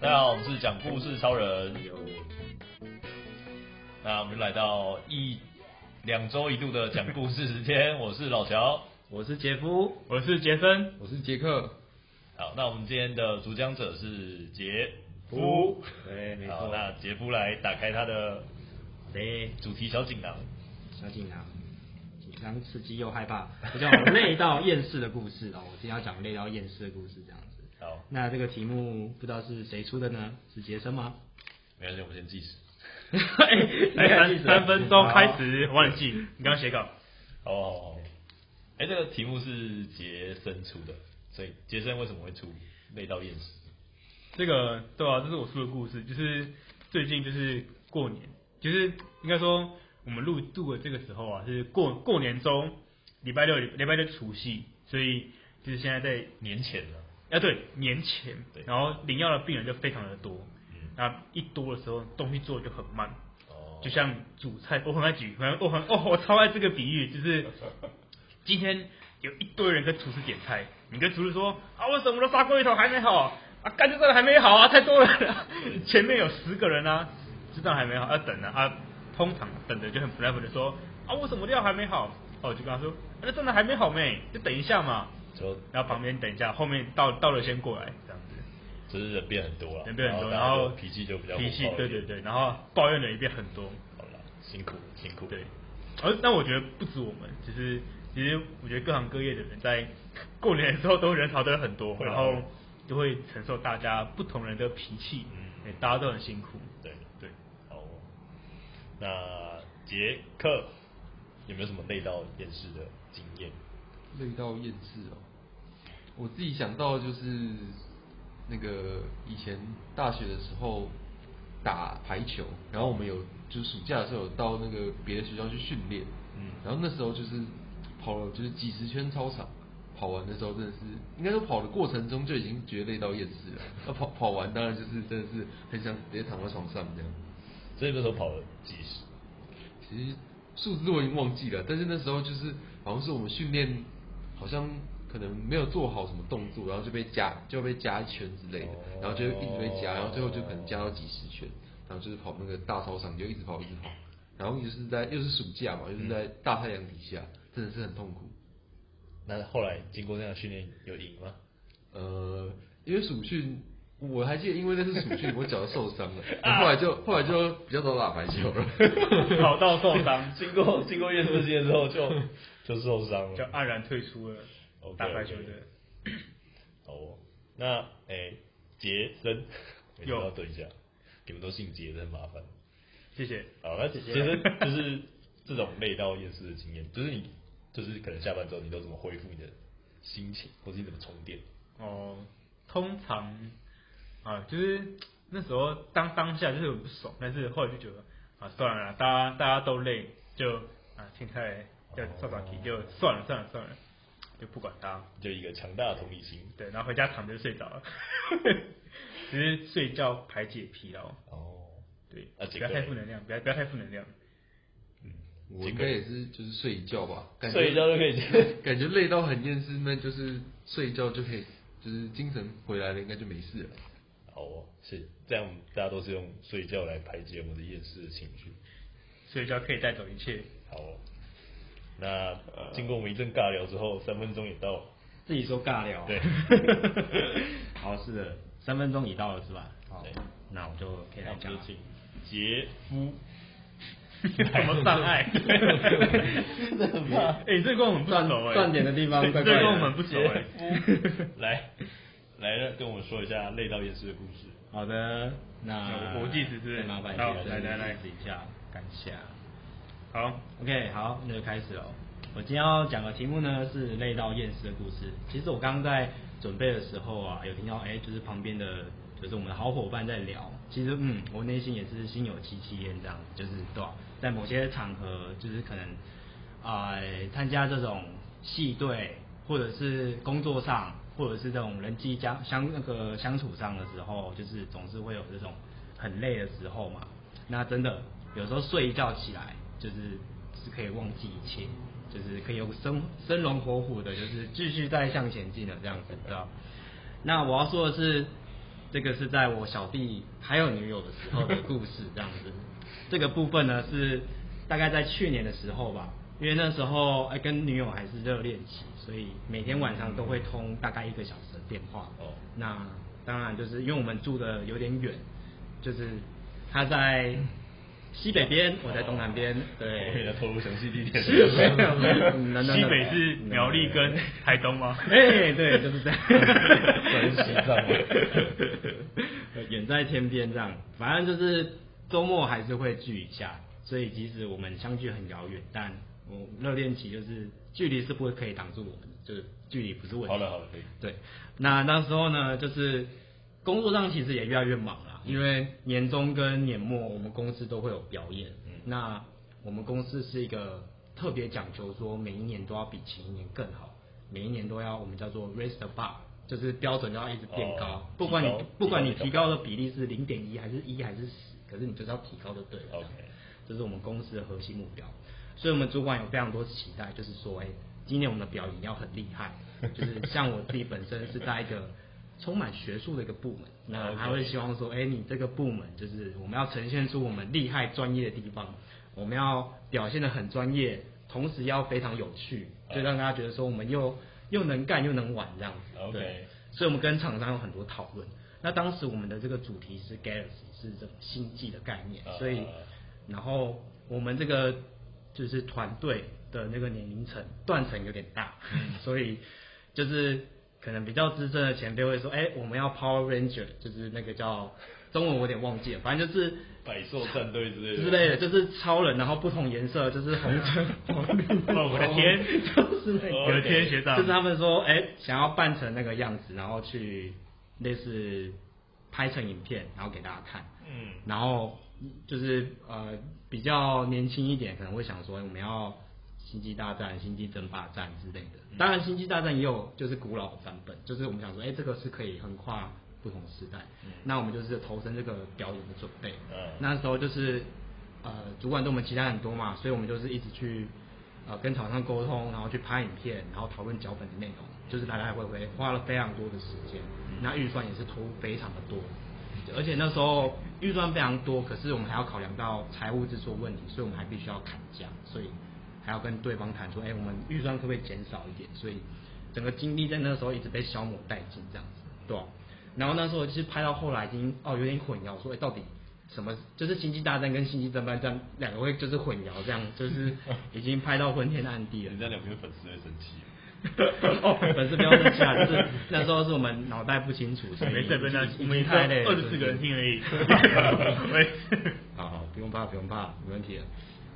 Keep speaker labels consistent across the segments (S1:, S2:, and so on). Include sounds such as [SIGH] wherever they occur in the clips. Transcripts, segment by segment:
S1: 大家好，我们是讲故事超人。那我们就来到一两周一度的讲故事时间，我是老乔。
S2: 我是杰夫，
S3: 我是杰森，
S4: 我是杰克，
S1: 好，那我们今天的主讲者是杰夫
S2: 夫。
S3: 哎
S2: 对没错
S1: 好，那杰夫来打开他的
S2: 对，
S1: 主题小锦囊。
S2: 小警察，紧张、刺激又害怕， [LAUGHS] 这叫我累到厌世的故事哦。我今天要讲累到厌世的故事，这样子。
S1: 好，
S2: 那这个题目不知道是谁出的呢？是杰
S3: [LAUGHS]
S2: 森吗？
S1: 没关系，我们先计时。
S3: 来哎三三分钟开始，我帮你记，你刚刚写稿。
S1: 好好好。哎、这个题目是杰森出的，所以杰森为什么会出累到厌食？
S3: 这个对啊，这是我出的故事，就是最近就是过年，就是应该说我们录录的这个时候啊，是过过年中，礼拜六礼礼拜六除夕，所以就是现在在
S1: 年前呢、
S3: 啊对年前
S1: 对，
S3: 然后领药的病人就非常的多
S1: 嗯，
S3: 那一多的时候东西做得就很慢，
S1: 哦，
S3: 啊就像煮菜，我很爱举，我很我很哦，我超爱这个比喻，
S1: [LAUGHS]
S3: 就是今天有一堆人跟厨师点菜，你跟厨师说啊，我什么都砂锅鱼头还没好啊，干就这个还没好啊，太多了 [LAUGHS] 啊，前面有十个人啊，知道还没好，要、等啊啊，通常等的就很不耐烦的说啊，我什么料还没好，哦，我就跟他说，啊那真的还没好没，就等一下嘛，
S1: 就
S3: 然后旁边等一下，后面到到了先过来这样子。
S1: 就是人变很多了，
S3: 人变很多，
S1: 大
S3: 然
S1: 家就
S3: 后
S1: 脾气就比较火
S3: 脾气
S1: 爆，一
S3: 对对
S1: 点。
S3: 对，然后抱怨的也变很多，
S1: 好了，辛苦了辛苦。
S3: 对，，而但我觉得不止我们，其实其实我觉得各行各业的人在 [LAUGHS] 过年的时候都人潮都很多，
S1: 会啊
S3: 然后就会承受大家不同人的脾气，
S1: 嗯
S3: 嗯，大家都很辛
S1: [LAUGHS]
S3: 苦。
S1: 对
S3: 对，
S1: 好，哦那杰克有没有什么累到厌世的经验？
S4: 累到厌世哦。我自己想到就是那个以前大学的时候打排球，然后我们有就是暑假的时候有到那个别的学校去训练，
S1: 嗯
S4: 然后那时候就是跑了就是几十圈操场，跑完的时候真的是，应该说跑的过程中就已经觉得累到厌世了，那跑跑完当然就是真的是很想直接躺在床上这样。
S1: 所以那时候跑了几十，
S4: 其实数字我已经忘记了，但是那时候就是好像是我们训练，好像可能没有做好什么动作，然后就被夹就被夹一圈之类的
S1: 哦，
S4: 然后就一直被夹，然后最后就可能夹到几十圈，然后就是跑那个大操场就一直跑一直跑，然后就是在又是暑假嘛，又是在大太阳底下，真的是很痛苦。
S1: 那后来经过那样的训练有赢
S3: [LAUGHS]
S1: 吗？
S4: 呃，因为暑训。我还记得，因为那是暑训，我脚受伤
S1: [LAUGHS]
S4: 了，然后后来就后来就比较少打排球了。
S3: 跑到受伤
S1: 经过经过厌世期的时候就 [LAUGHS] 就受伤
S3: 就
S1: 了。
S3: 黯然退出了
S1: OK，
S3: 打排球
S1: OK
S3: 的，
S1: 好哦，那诶杰森，每次
S3: 有
S1: 要对一下，你们都姓杰真麻烦。
S3: 谢谢。
S1: 好，那杰森就是 [LAUGHS] 这种累到厌世的经验，就是你就是可能下班之后你都怎么恢复你的心情，或是你怎么充电？
S3: 哦，通常啊，就是那时候当当下就是很不爽，但是后来就觉得啊，算了啦，大家大家都累，就啊，现在就
S1: 哦
S3: 刷刷题，就算了算了算了，就不管他。
S1: 就一个强大的同理心。
S3: 对，然后回家躺着就睡着了， [LAUGHS] 只是睡觉排解疲劳。
S1: 哦，
S3: 对，
S1: 啊
S3: 不
S1: 这
S3: 要
S1: 个
S3: 太负能量，不要不要太负能量。
S4: 我应该也是就是睡一觉吧，感
S1: 嗯
S4: 觉
S1: 睡一觉就可以接。
S4: 感觉累到很厌世，那就是睡一觉就可以，就是精神回来了，应该就没事了。
S1: [LAUGHS] 好哦，是这样，大家都是用睡觉来排解我们的厌世的情绪。
S3: 睡觉可以带走一切。
S1: 好哦，那
S4: 呃
S1: 经过我们一阵尬聊之后，三分钟也到了。
S2: 自己说尬聊。
S1: 对，
S2: [LAUGHS] 好，是的，三分钟已到了是吧？好
S1: 对，
S2: 那我就可以
S1: 那
S2: 来
S1: 我们
S2: 讲了
S1: 就。请杰
S4: [LAUGHS]
S1: 夫
S3: 什么障碍？ [LAUGHS] 哎、你这跟我们不
S2: 断
S3: 熟哎、
S2: 断点的地方
S3: 你 [LAUGHS]
S2: 怪
S3: 这
S2: 怪的
S3: 跟我们不熟哎、
S1: 来来了跟我们说一下累到厌世的故事。
S2: 好的，那
S3: 我我计时是不是
S2: 再麻烦
S3: 好
S2: 你
S3: 来来来
S2: 计时一下，感谢。啊
S3: 好，
S2: OK，好，那就开始喽。我今天要讲的题目呢是累到厌世的故事。其实我刚刚在准备的时候啊，有听到哎、就是旁边的，就是我们的好伙伴在聊。其实嗯，我内心也是心有戚戚焉这样，就是对吧、在某些场合，就是可能啊参、加这种戏队，或者是工作上，或者是这种人际相相那个相处上的时候，就是总是会有这种很累的时候嘛。那真的有时候睡一觉起来，就是是可以忘记一切，就是可以有生生龙活虎的，就是继续再向前进的这样子，知道？那我要说的是，这个是在我小弟还有女友的时候的故事，这样子。这个部分呢是大概在去年的时候吧，因为那时候哎跟女友还是热恋期，所以每天晚上都会通大概一个小时的电话。
S1: 哦
S2: 那当然就是因为我们住的有点远，就是他在西北边，我在东南边，对。
S1: 我
S2: [LAUGHS]
S1: 给他透露详细地点。
S2: 嗯能能能
S3: 西北是苗栗跟台东吗？
S2: 哎、对，就是这样，
S1: 关西藏吗
S2: 呃远在天边这样，反正就是周末还是会聚一下，所以即使我们相距很遥远，但我热恋期就是距离是不会可以挡住我们，就是距离不是问
S1: [LAUGHS]
S2: 题。
S1: 好了好了可以
S2: 对，那那时候呢，就是工作上其实也越来越忙了，
S1: 嗯
S2: 因为年终跟年末我们公司都会有表演。
S1: 嗯
S2: 那我们公司是一个特别讲求说每一年都要比前一年更好，每一年都要我们叫做 raise the bar，就是标准要一直变高，
S1: 哦
S2: 不管你
S1: 提高
S2: 不管你
S1: 提高
S2: 提高的比例是零点一还是一还是十，可是你就是要提高就对了。
S1: OK
S2: 这是我们公司的核心目标。所以我们主管有非常多期待，就是说，哎、今年我们的表演要很厉害，就是像我自己本身是在一个充满学术的一个部门，那
S1: OK
S2: 还会希望说，哎、你这个部门就是我们要呈现出我们厉害专业的地方，我们要表现的很专业，同时要非常有趣，就让大家觉得说我们又又能干又能玩这样子。
S1: OK
S2: 对所以我们跟厂商有很多讨论。那当时我们的这个主题是 Galaxy，是这种星际的概念
S3: 呃
S1: 啊，
S2: 所以然后我们这个就是团队的那个年龄层断层有点大，
S3: 嗯
S2: [LAUGHS] 所以就是可能比较资深的前辈会说，哎、我们要 Power Ranger，就是那个叫中文我有点忘记了，反正就是
S1: 百兽战队之类的
S2: 之类的，就是超人，然后不同颜色，就是红 [LAUGHS] 橙黄绿。
S3: 哦我的天
S2: 就是那
S1: 哦
S2: 个，
S1: 我的天
S3: 学长
S2: 就是他们说，哎、想要扮成那个样子，然后去类似拍成影片，然后给大家看。
S1: 嗯
S2: 然后就是呃比较年轻一点，可能会想说我们要星际大战、星际争霸战之类的。当然，星际大战也有就是古老的版本，就是我们想说，哎、这个是可以横跨不同时代。那我们就是投身这个表演的准备。
S1: 嗯
S2: 那时候就是呃主管对我们期待很多嘛，所以我们就是一直去。呃，跟厂商沟通，然后去拍影片，然后讨论脚本的内容，就是来来回回花了非常多的时间，那预算也是投入非常的多，而且那时候预算非常多，可是我们还要考量到财务支出问题，所以我们还必须要砍价，所以还要跟对方谈说，哎、我们预算可不可以减少一点？所以整个精力在那时候一直被消磨殆尽，这样子，对吧、然后那时候其实拍到后来已经哦有点混淆，说哎、到底什么就是星际大战跟星际争霸战两个会就是混淆，这样就是已经拍到昏天暗地了
S1: 人。家两边粉丝会生气。
S2: 哦，粉丝不要生气啊，就是那时候是我们脑袋不清楚，所以
S3: 哎没事，没事，我们
S2: 已
S3: 一
S2: 经太累了，
S3: 二十四个人听而
S2: [LAUGHS]
S3: 已。 [LAUGHS] 没事
S2: 好好，不用怕，不用怕，没问题的。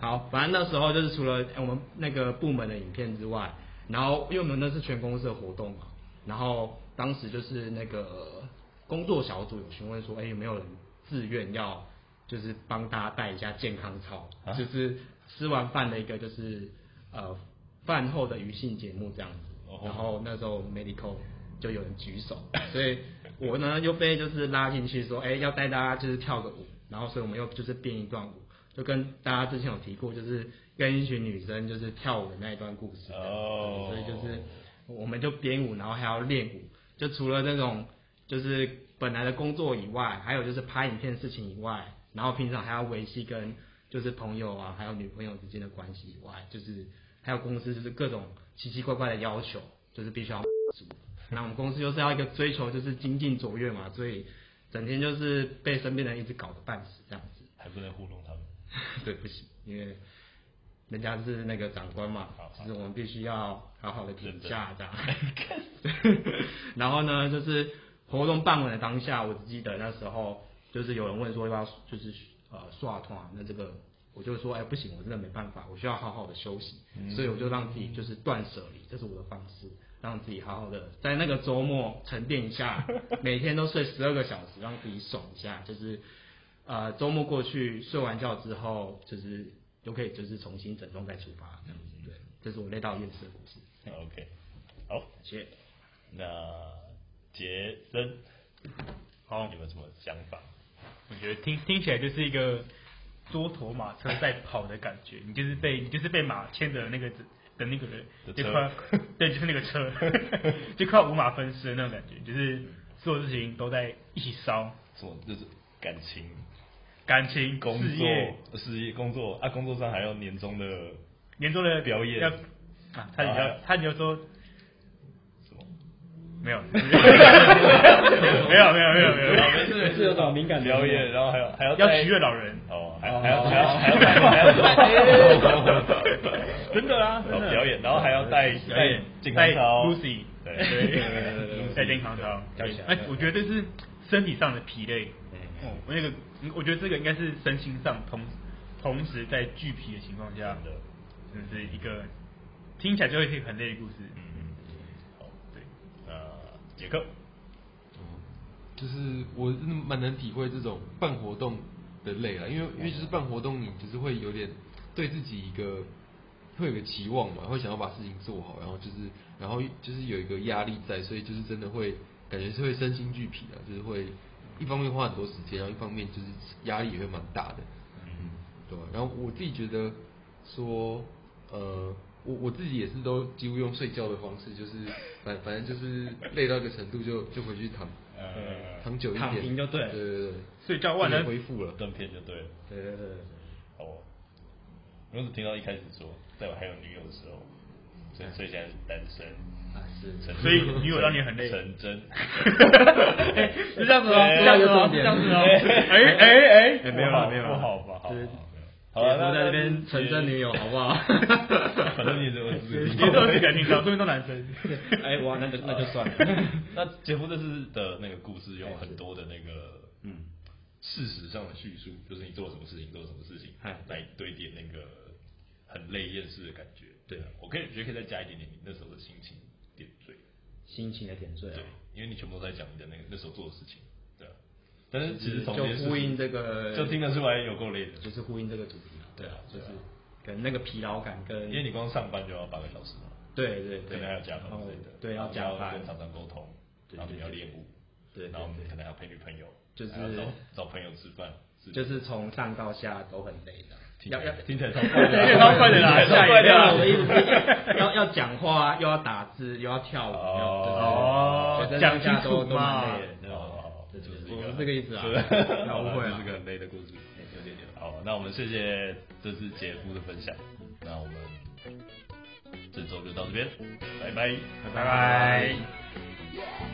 S2: 好，反正那时候就是除了哎我们那个部门的影片之外，然后因为我们那是全公司的活动嘛，然后当时就是那个工作小组有询问说，哎、有没有人自愿要就是帮大家带一下健康操，
S1: 啊
S2: 就是吃完饭的一个就是呃饭后的余兴节目这样子。
S1: 哦吼
S2: 然后那时候 medical 就有人举手， [LAUGHS] 所以我呢又被就是拉进去说，哎、要带大家就是跳个舞，然后所以我们又就是编一段舞，就跟大家之前有提过，就是跟一群女生就是跳舞的那一段故事这样子，
S1: 哦
S2: 对所以就是我们就编舞，然后还要练舞，就除了那种就是本来的工作以外，还有就是拍影片的事情以外，然后平常还要维系跟就是朋友啊，还有女朋友之间的关系以外，就是还有公司就是各种奇奇怪怪的要求，就是必须要满足。那我们公司又是要一个追求就是精进卓越嘛，所以整天就是被身边的人一直搞得半死这样子。
S1: 还不能糊弄他们。
S2: 对，不行，因为人家是那个长官嘛
S1: 好，
S2: 就是我们必须要好好的评价这样
S1: 认。
S2: 然后呢，就是活动办完的当下，我只记得那时候就是有人问说要不要就是呃刷团，那这个我就说哎、不行，我真的没办法，我需要好好的休息，所以我就让自己就是断舍离，这是我的方式。让自己好好的在那个周末沉淀一下，每天都睡十二个小时，让自己爽一下，就是呃，周末过去睡完觉之后，就是又可以就是重新整装再出发这样子。对，这是我累到厌世的故事。
S1: OK，好，
S2: 谢谢。
S1: 那杰森，
S3: 好
S1: 你，们有什么想法？
S3: 我觉得听听起来就是一个多头马车在跑的感觉，你就是被你就是被马牵着那个的那个人，
S1: 的
S3: 就
S1: 车
S3: 快 [LAUGHS] 对，就是那个车，就快五马分尸的那种感觉，就是所有事情都在一起烧，
S1: 什么就是感情、
S3: 感情、
S1: 工
S3: 事业、
S1: 作、事业、工作啊，工作上还有年终的
S3: 年终的
S1: 表演
S3: 要啊，他你要
S1: 啊
S3: 他你要说
S1: 什么？
S3: 没
S1: [LAUGHS]
S3: 有，没有没有没有没有没有，
S2: 哦是有找敏感的
S1: 表演，然后还有还要
S3: 要
S1: 带
S3: 取悦老人，
S1: 哦，还还要还要还要带还要 [LAUGHS] 带
S3: 真的啊真的
S1: 哦表演，然后还要带
S3: 表演
S1: 健康
S3: 带
S1: 操
S3: Lucy，
S1: 对
S3: 对，带健康操，
S2: 跳起来
S3: 哎，我觉得这是身体上的疲累，
S2: 对
S3: 哦，那个我觉得这个应该是身心上同同时在巨疲的情况下的，真的是一个听起来就会是一个很累的故事，
S1: 嗯，好，
S3: 对，
S1: 呃，杰克，
S4: 哦，就是我真的蛮能体会这种办活动的累了，因为因为就是办活动，你就是会有点对自己一个会有个期望嘛，会想要把事情做好，然后就是然后就是有一个压力在，所以就是真的会感觉是会身心俱疲的，啊就是会一方面花很多时间，然后一方面就是压力也会蛮大的，嗯，对吧、然后我自己觉得说，呃，我我自己也是都几乎用睡觉的方式，就是反反正就是累到一个程度就就回去躺，
S1: 呃，
S4: 躺久一点，
S2: 躺平就对了
S4: 对对对，
S3: 睡觉万能
S4: 就恢复了。
S1: 断片就对了，
S2: 对对对，
S1: 好哦。我只听到一开始说，在我还有女友的时候，所以所以现在是单身，
S2: 啊是
S1: 成
S3: 所以女友让你很累
S1: 成 [LAUGHS] 真，
S3: 是这样子哦，是这样子哦，是这样子哦，哎哎哎，
S2: 没有了没有了
S1: 不好吧？好好
S2: 就是
S1: 好了，那
S2: 我在这边成真女，友好
S1: [LAUGHS]
S2: 不好？
S1: 那反正你怎么只
S3: 节奏是
S2: [LAUGHS]
S3: 感情上，说明都男生，
S2: 哎哇，那就那就算了。
S1: 那杰夫这次的那个故事有很多的那个
S2: 嗯，
S1: 事实上的叙述，就是你做了什么事情，做了什么事情
S2: 哎，
S1: 来堆叠那个很累厌世的感觉。
S2: 对
S1: 啊，我可以觉得可以再加一点点你那时候的心情点缀。
S2: 心情的点缀啊
S1: 对，，因为你全部都在讲你的那个那时候做的事情。对啊，但是其
S2: 就
S1: 实
S2: 是
S1: 从
S2: 就
S1: 这件事
S2: 呼
S1: 情
S2: 应这个
S1: 就听得出来有够累的，
S2: 就是呼应这个主题嘛，对啊，
S1: 对
S2: 就
S1: 啊
S2: 是跟那个疲劳感跟
S1: 因为你光上班就要八个小时嘛，
S2: 对对
S1: 可
S2: 对，
S1: 能还有加班
S2: 然后
S1: 之类的，
S2: 对要
S1: 然后
S2: 加班
S1: 跟，厂商沟通，
S2: 对
S1: 然后你要
S2: 对
S1: 练舞，
S2: 对对
S1: 然后我们
S2: 对
S1: 可能还要陪女朋友，
S2: 就是
S1: 还要找找朋友吃饭，之类的
S2: 就是从上到下都很累的，
S1: 听起
S2: 要
S1: 来
S2: 要
S1: 听起来超快的啊，
S3: 越高快的啦，下一
S2: 没有啦我
S3: 个
S2: 的意思是要要讲话，又要打字，又要跳舞，
S1: 哦
S2: 要就是
S3: 讲清楚
S2: 都都蛮
S3: 嘛
S2: 累的，对吧
S1: 哦，
S2: 对
S1: 就是
S2: 对
S1: 一
S2: 对
S1: 个
S2: 我是这个意思啊， [LAUGHS]
S1: 就是
S2: 不要误会
S1: 就
S2: 啊
S1: 是，个很累的故事，有点点。好，那我们谢谢这次杰夫的分享，那我们这周就到这边，拜拜。
S3: 拜拜。
S5: Yeah.